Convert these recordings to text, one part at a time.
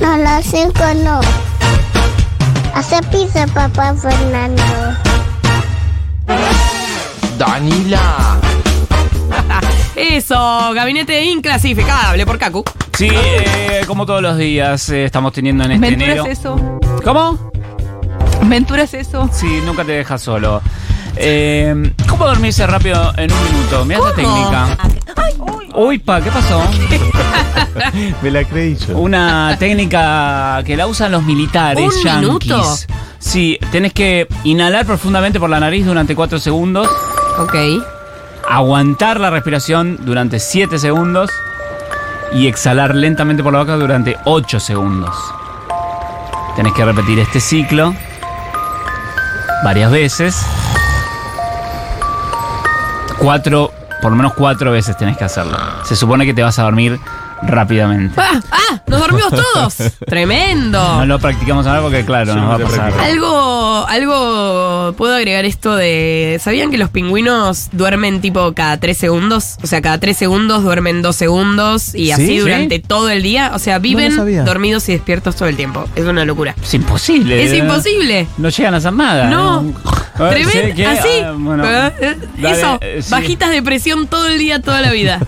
No lo sé no. Hace pizza, papá Fernando. Danila. Eso, gabinete inclasificable por Cacu. Sí, eh, como todos los días eh, estamos teniendo en este Ventura enero. es eso. ¿Cómo? Ventura es eso. Sí, nunca te dejas solo. Eh, ¿Cómo dormirse rápido en un minuto? Mira esta técnica. Uy, pa, ¿qué pasó? Me la creí yo. Una técnica que la usan los militares ¿Un yanquis. minuto? Sí, tenés que inhalar profundamente por la nariz durante 4 segundos, Ok. aguantar la respiración durante 7 segundos y exhalar lentamente por la boca durante 8 segundos. Tenés que repetir este ciclo varias veces. Cuatro, por lo menos cuatro veces tenés que hacerlo. Se supone que te vas a dormir rápidamente. ¡Ah! ¡Ah! ¡Nos dormimos todos! No ¡Tremendo! lo practicamos ahora porque, claro, Sí, nos va a no te pasar. practico. Algo, algo puedo agregar esto de. ¿Sabían que los pingüinos duermen tipo cada tres segundos? O sea, cada tres segundos duermen dos segundos y ¿Sí? así ¿Sí? durante todo el día. O sea, viven sabía. dormidos y despiertos todo el tiempo. Es una locura. Es imposible. Es ¿eh? imposible. No llegan a hacer nada. No. Ah, ¿sí? Tremendo, ¿Qué? así. Ah, bueno. Eh, eh, Dale, Eso, eh, sí. bajitas de presión todo el día, toda la vida.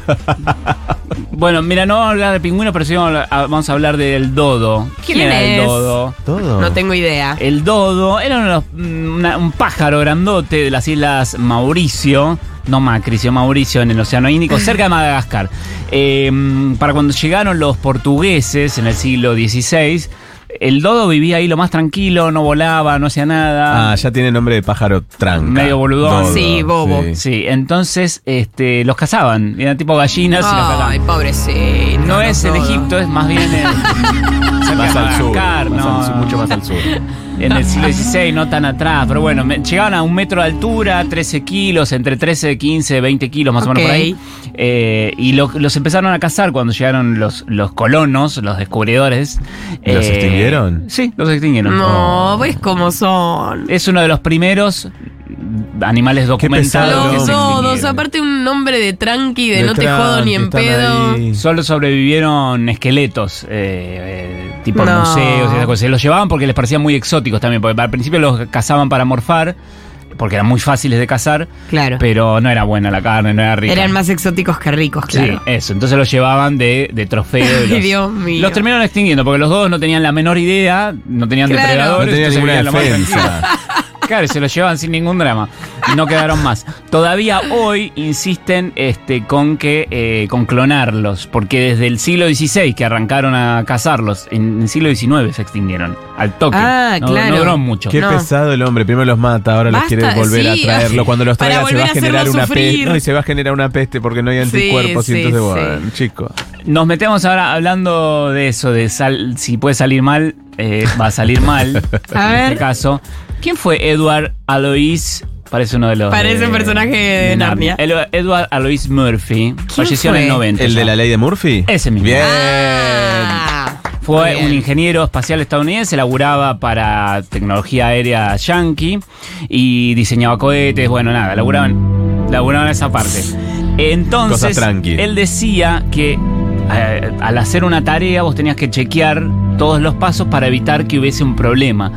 Bueno, mira, no vamos a hablar de pingüino, pero sí vamos a hablar- ah, vamos a hablar del dodo. ¿Quién, ¿Quién era es? el dodo? Todo. No tengo idea. El dodo era uno de los- mm, una- un pájaro grandote de las islas Mauricio, no Macri, sino Mauricio, en el Océano Índico, cerca de Madagascar. Eh, mm, para cuando llegaron los portugueses en el siglo XVI, el dodo vivía ahí lo más tranquilo, no volaba, no hacía nada. Ah, ya tiene nombre de pájaro tranca. Medio boludón. Sí, bobo. Sí, entonces este, los cazaban, eran tipo gallinas y los Ay, cazaban. pobrecito. No es todo. en Egipto, es más bien en, cerca Más de al sur. Madagascar, más no, al sur, mucho más al sur. en el siglo XVI, no tan atrás, pero bueno, me- llegaban a un metro de altura, 13 kilos, entre 13, 15, 20 kilos más Ok. o menos por ahí. Eh, y lo- los empezaron a cazar cuando llegaron los, los colonos, los descubridores. Eh, ¿Los extinguieron? Sí, los extinguieron. No, ves cómo son. Es uno de los primeros animales pesado, documentados. que Los se todos, extinguieron. aparte un nombre de tranqui, de De no te tranqui, jodo ni en están pedo. ahí. Solo sobrevivieron esqueletos, eh, eh, tipo No. museos y esas cosas. Se los llevaban porque les parecían muy exóticos también, porque al principio los cazaban para morfar, porque eran muy fáciles de cazar, Claro. pero no era buena la carne, no era rica. Eran más exóticos que ricos, Sí, claro. eso. Entonces los llevaban de, de trofeo. y Ay, los, Dios mío. Los terminaron extinguiendo porque los dos no tenían la menor idea, no tenían Claro. depredadores. No tenía entonces ninguna vivían lo más tranquilo. defensa. Claro, se lo llevan sin ningún drama. Y no quedaron más. Todavía hoy insisten este, con que eh, con clonarlos, porque desde el siglo XVI que arrancaron a cazarlos, en el siglo XIX se extinguieron al toque. Ah, no, claro. No duró mucho. Qué No. pesado el hombre. Primero los mata, ahora Basta, los quiere volver sí. a traerlo. Cuando los Para traiga se volver va a a generar hacerlo una peste. sufrir. No, y se va a generar una peste porque no hay Sí, anticuerpos. sí, y entonces, sí. bueno, chico. Nos metemos ahora hablando de eso, de sal- si puede salir mal, eh, va a salir mal. A en ver. este caso. ¿Quién fue Edward Alois? Parece uno de los. Parece un personaje de Narnia. Elu- Edward Alois Murphy. Falleció en fue? el 90. ¿El ya. de la ley de Murphy? Ese mismo. Bien. Ah, Eh, Fue bien. un ingeniero espacial estadounidense, laburaba para tecnología aérea yankee y diseñaba cohetes, bueno, nada, laburaban, laburaban esa parte. Cosas Entonces, tranqui. él decía que eh, al hacer una tarea vos tenías que chequear todos los pasos para evitar que hubiese un problema.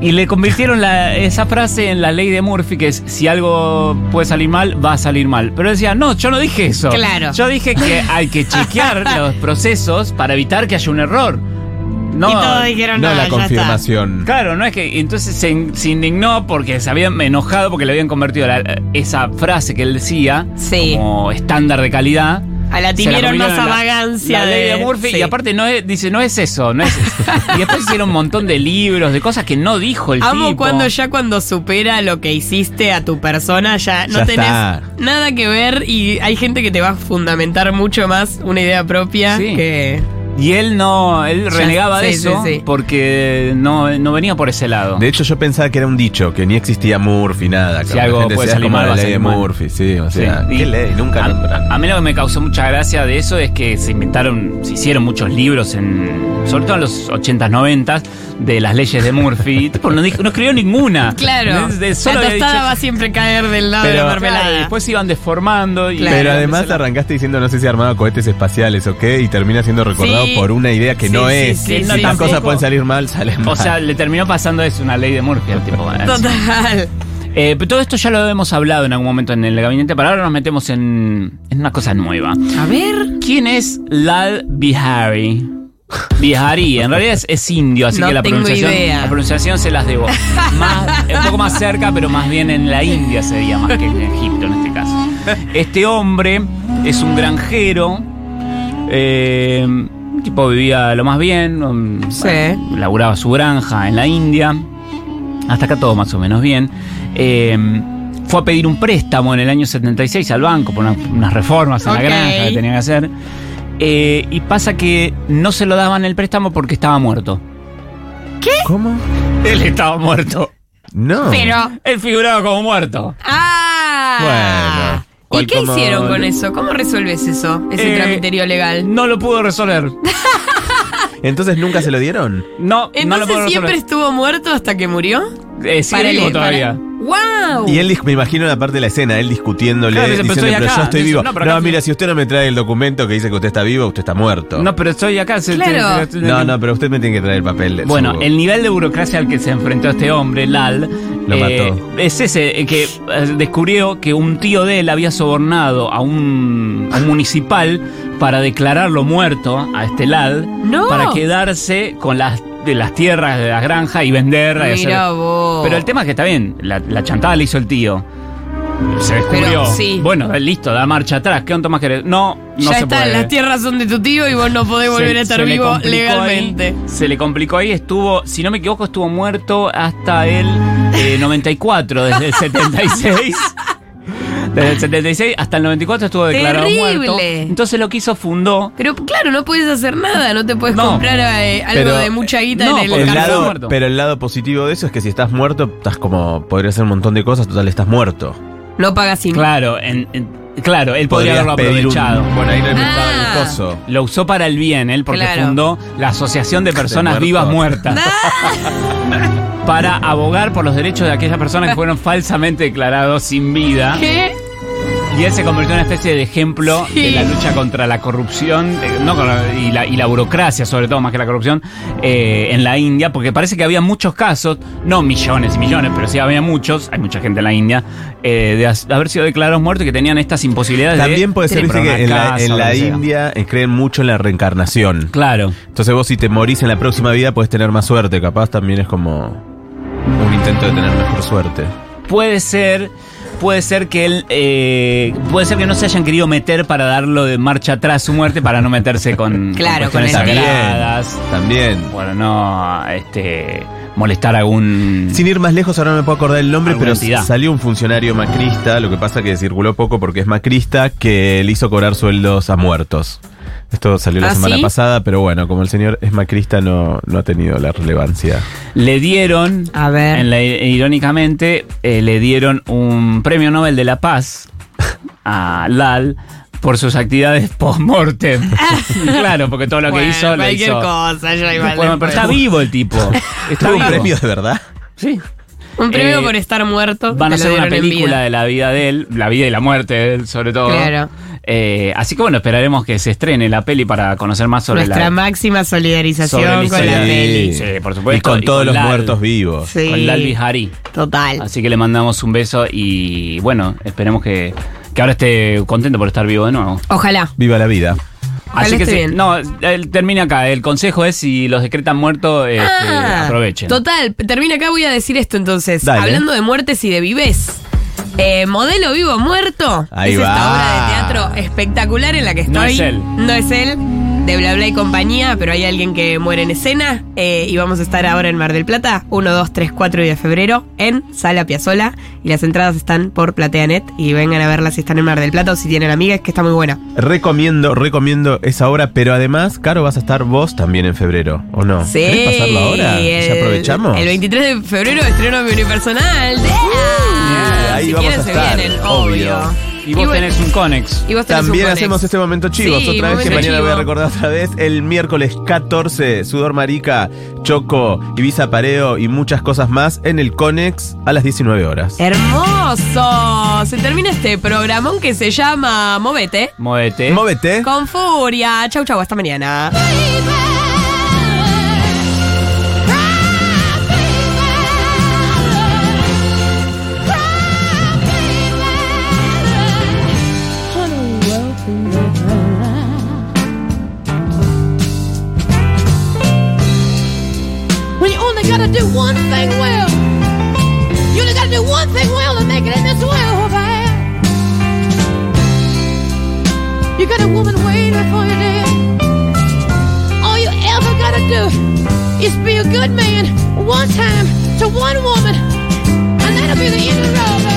Y le convirtieron la- esa frase en la ley de Murphy, que es si algo puede salir mal, va a salir mal. Pero él decía, no, yo no dije eso. Claro. Yo dije que hay que chequear los procesos para evitar que haya un error. No, y todos dijeron No "Ah, la ya está". confirmación. Claro, no es que. Entonces se, in- se indignó porque se habían enojado porque le habían convertido la- esa frase que él decía Sí. como estándar de calidad. A la Se tiraron más convirtieron en la- vagancia. La ley de Murphy. sí. Y aparte no es- dice, no es eso, no es eso. y después hicieron un montón de libros, de cosas que no dijo el Amo tipo. cuando ya cuando supera lo que hiciste a tu persona, ya no Ya tenés está. nada que ver y hay gente que te va a fundamentar mucho más una idea propia Sí. que Y él no, él Ya, renegaba de sí, eso sí, sí. porque no, no venía por ese lado. De hecho, yo pensaba que era un dicho, que ni existía Murphy, nada. Si claro. algo La gente puede decía, salir "Es como mal, va la a ley de salir mal". Murphy, sí, o Sí, Ah, sea, y ¿qué ley? Nunca nombran. a, a mí lo que me causó mucha gracia de eso es que se inventaron, se hicieron muchos libros en, sobre todo en los 80s, 90s, de las leyes de Murphy. Tipo, no, dijo- no escribió ninguna. Claro. De- de- solo la había tostada dicho- va a siempre caer del lado de Pero- la Claro, y mermelada. después se iban desformando. Y Claro. Pero además arrancaste diciendo, no sé si armaba cohetes espaciales o qué, y termina siendo recordado Sí. por una idea que Sí, no sí, es. sí, si sí, las tampoco. cosas pueden salir mal, salen mal. O sea, le terminó pasando eso, una ley de Murphy al tipo. bueno, Total. Eh, pero todo esto ya lo hemos hablado en algún momento en el gabinete, pero ahora nos metemos en, en una cosa nueva. A ver. ¿Quién es Lal Bihari? Bihari, en realidad es, es indio, así No que la tengo pronunciación, idea. la pronunciación se las debo. Más- un poco más cerca, pero más bien en la India sería, más que en Egipto en este caso. Este hombre es un granjero, eh, un tipo vivía lo más bien, um, Sí. bueno, laburaba su granja en la India, hasta acá todo más o menos bien. Eh, fue a pedir un préstamo en el año 76 al banco por una- unas reformas en Ok. la granja que tenía que hacer. Eh, y pasa que no se lo daban el préstamo porque estaba muerto. ¿Cómo? Él estaba muerto. No. Pero. Él figuraba como muerto. ¡Ah! Bueno, cual ¿Y qué como- hicieron con eso? ¿Cómo resuelves eso? Ese Eh, tramiterio legal. No lo pudo resolver. Entonces nunca se lo dieron. No, no lo Entonces pudo resolver. siempre estuvo muerto hasta que murió. Eh, sigue vivo todavía. ¡Wow! Y él, dis- me imagino la parte de la escena, él discutiéndole, Claro, dice, pero diciendo, estoy pero acá". yo estoy Dice, vivo. "No, No, pero acá mira, estoy- si usted no me trae el documento que dice que usted está vivo, usted está muerto. No, pero estoy acá. se- Claro. se- se- No, no, pero usted me tiene que traer el papel. de Bueno, su- el nivel de burocracia al que se enfrentó este hombre, Lal, Lo mató. es ese, eh, que eh, descubrió que un tío de él había sobornado a un, a un municipal para declararlo muerto a este Lal, ¡No! para quedarse con las, de las tierras de las granjas y vender. y hacer- Mira vos. Pero el tema es que está bien, la, la chantada le hizo el tío. Se descubrió. Pero, sí. Bueno, eh, listo, da marcha atrás. ¿Qué onda más querés? No, no ya se está, puede. las tierras son de tu tío y vos no podés volver Se- a estar se le vivo complicó legalmente. ahí, se le complicó ahí, estuvo, si no me equivoco, estuvo muerto hasta el eh, 94, desde el 76. Desde el 76 hasta el 94 estuvo declarado Terrible. muerto. Entonces lo que hizo fundó. Pero claro, no puedes hacer nada, no te puedes No. comprar eh, algo Pero, de mucha guita no, en el porque El Carlos lado- muerto. pero el lado positivo de eso es que si estás muerto, estás como. Podría hacer un montón de cosas, total, estás muerto. No pagas impuestos. Claro, en- en- claro, él podría Podrías haberlo pedir un- aprovechado. bueno, ahí no hay Ah. un coso. Lo usó para el bien, él, porque Claro. fundó la Asociación de Personas muertos. Vivas Muertas. para abogar por los derechos de aquellas personas que fueron falsamente declarados sin vida. ¿Qué? Y él se convirtió en una especie de ejemplo Sí. de la lucha contra la corrupción eh, no, con la- y, la, y la burocracia, sobre todo más que la corrupción, eh, en la India, porque parece que había muchos casos, no millones y millones, pero sí había muchos, hay mucha gente en la India, eh, de as- haber sido declarados muertos y que tenían estas imposibilidades de También puede ser viste, comprar una que en la, casa en o lo la que sea. India eh, creen mucho en la reencarnación. Claro. Entonces vos si te morís en la próxima vida puedes tener más suerte. Capaz también es como un intento de tener mejor suerte. Puede ser. Puede ser que él. eh, puede ser que no se hayan querido meter para darlo de marcha atrás su muerte para no meterse con. Claro, con cuestiones con el- sagradas. También. Bueno, no este, molestar a algún. Sin ir más lejos, ahora no me puedo acordar el nombre, Alguna pero entidad. salió un funcionario macrista, lo que pasa que circuló poco porque es macrista, que le hizo cobrar sueldos a muertos. Esto salió la ¿Ah, semana sí? pasada, pero bueno, como el señor es macrista, no, no ha tenido la relevancia. Le dieron, A ver. en la- irónicamente, eh, le dieron un premio Nobel de la Paz a Lal por sus actividades post-mortem. claro, porque todo lo que Bueno, hizo le cualquier hizo. cosa, yo igual. Bueno, pero después. está vivo el tipo. Está ¿Tuvo un vivo. premio de verdad? Sí. Un premio Eh, por estar muerto. Van a te lo hacer una dieron en película vida. de la vida de él, la vida y la muerte de él, sobre todo. Claro. Eh, así que bueno, esperaremos que se estrene la peli para conocer más sobre Nuestra la. máxima solidarización sobre la con la historia. peli. Sí, por supuesto, Y con y todos con los Lal. muertos vivos. Sí. Con Lal Bihari. Total. Así que le mandamos un beso y bueno, esperemos que, que ahora esté contento por estar vivo de nuevo. Ojalá. Viva la vida. Ojalá Así que esté sí, bien. no, él termina acá. El consejo es si los decretan muertos, este, Ah, aprovechen. Total, termina acá, voy a decir esto entonces. Dale. Hablando de muertes y de vives. eh, modelo vivo muerto. Ahí es va. esta obra de teatro espectacular en la que estoy. No es él. No es él. de Bla Bla y compañía, pero hay alguien que muere en escena eh, y vamos a estar ahora en Mar del Plata, 1, 2, 3, 4 y de febrero en Sala Piazzola y las entradas están por PlateaNet y vengan a verlas si están en Mar del Plata o si tienen amigas que está muy buena. Recomiendo, recomiendo esa obra, pero además, Caro, vas a estar vos también en febrero, ¿o no? Sí. ¿Querés pasarla ahora? ¿Ya el- aprovechamos? El 23 de febrero estreno mi unipersonal. ¡Yeah! Yeah, ahí si vamos quieren a se estar, vienen, obvio. obvio. Y vos bueno, tenés un Conex. y vos tenés un También conex. hacemos este momento chivos, Sí, otra vez que momento mañana chivo. voy a recordar otra vez. El miércoles 14, Sudor Marica, Choco, Ibiza Pareo y muchas cosas más en el Conex a las 19 horas. Eh. Hermoso. Se termina este programón que se llama Movete. Movete. Móvete. Con furia. Chau, chau, hasta mañana. When you only gotta do one thing well, you only gotta do one thing well to make it in this world, man. You got a woman waiting for you there. All you ever gotta do is be a good man one time to one woman, and that'll be the end of the road, baby.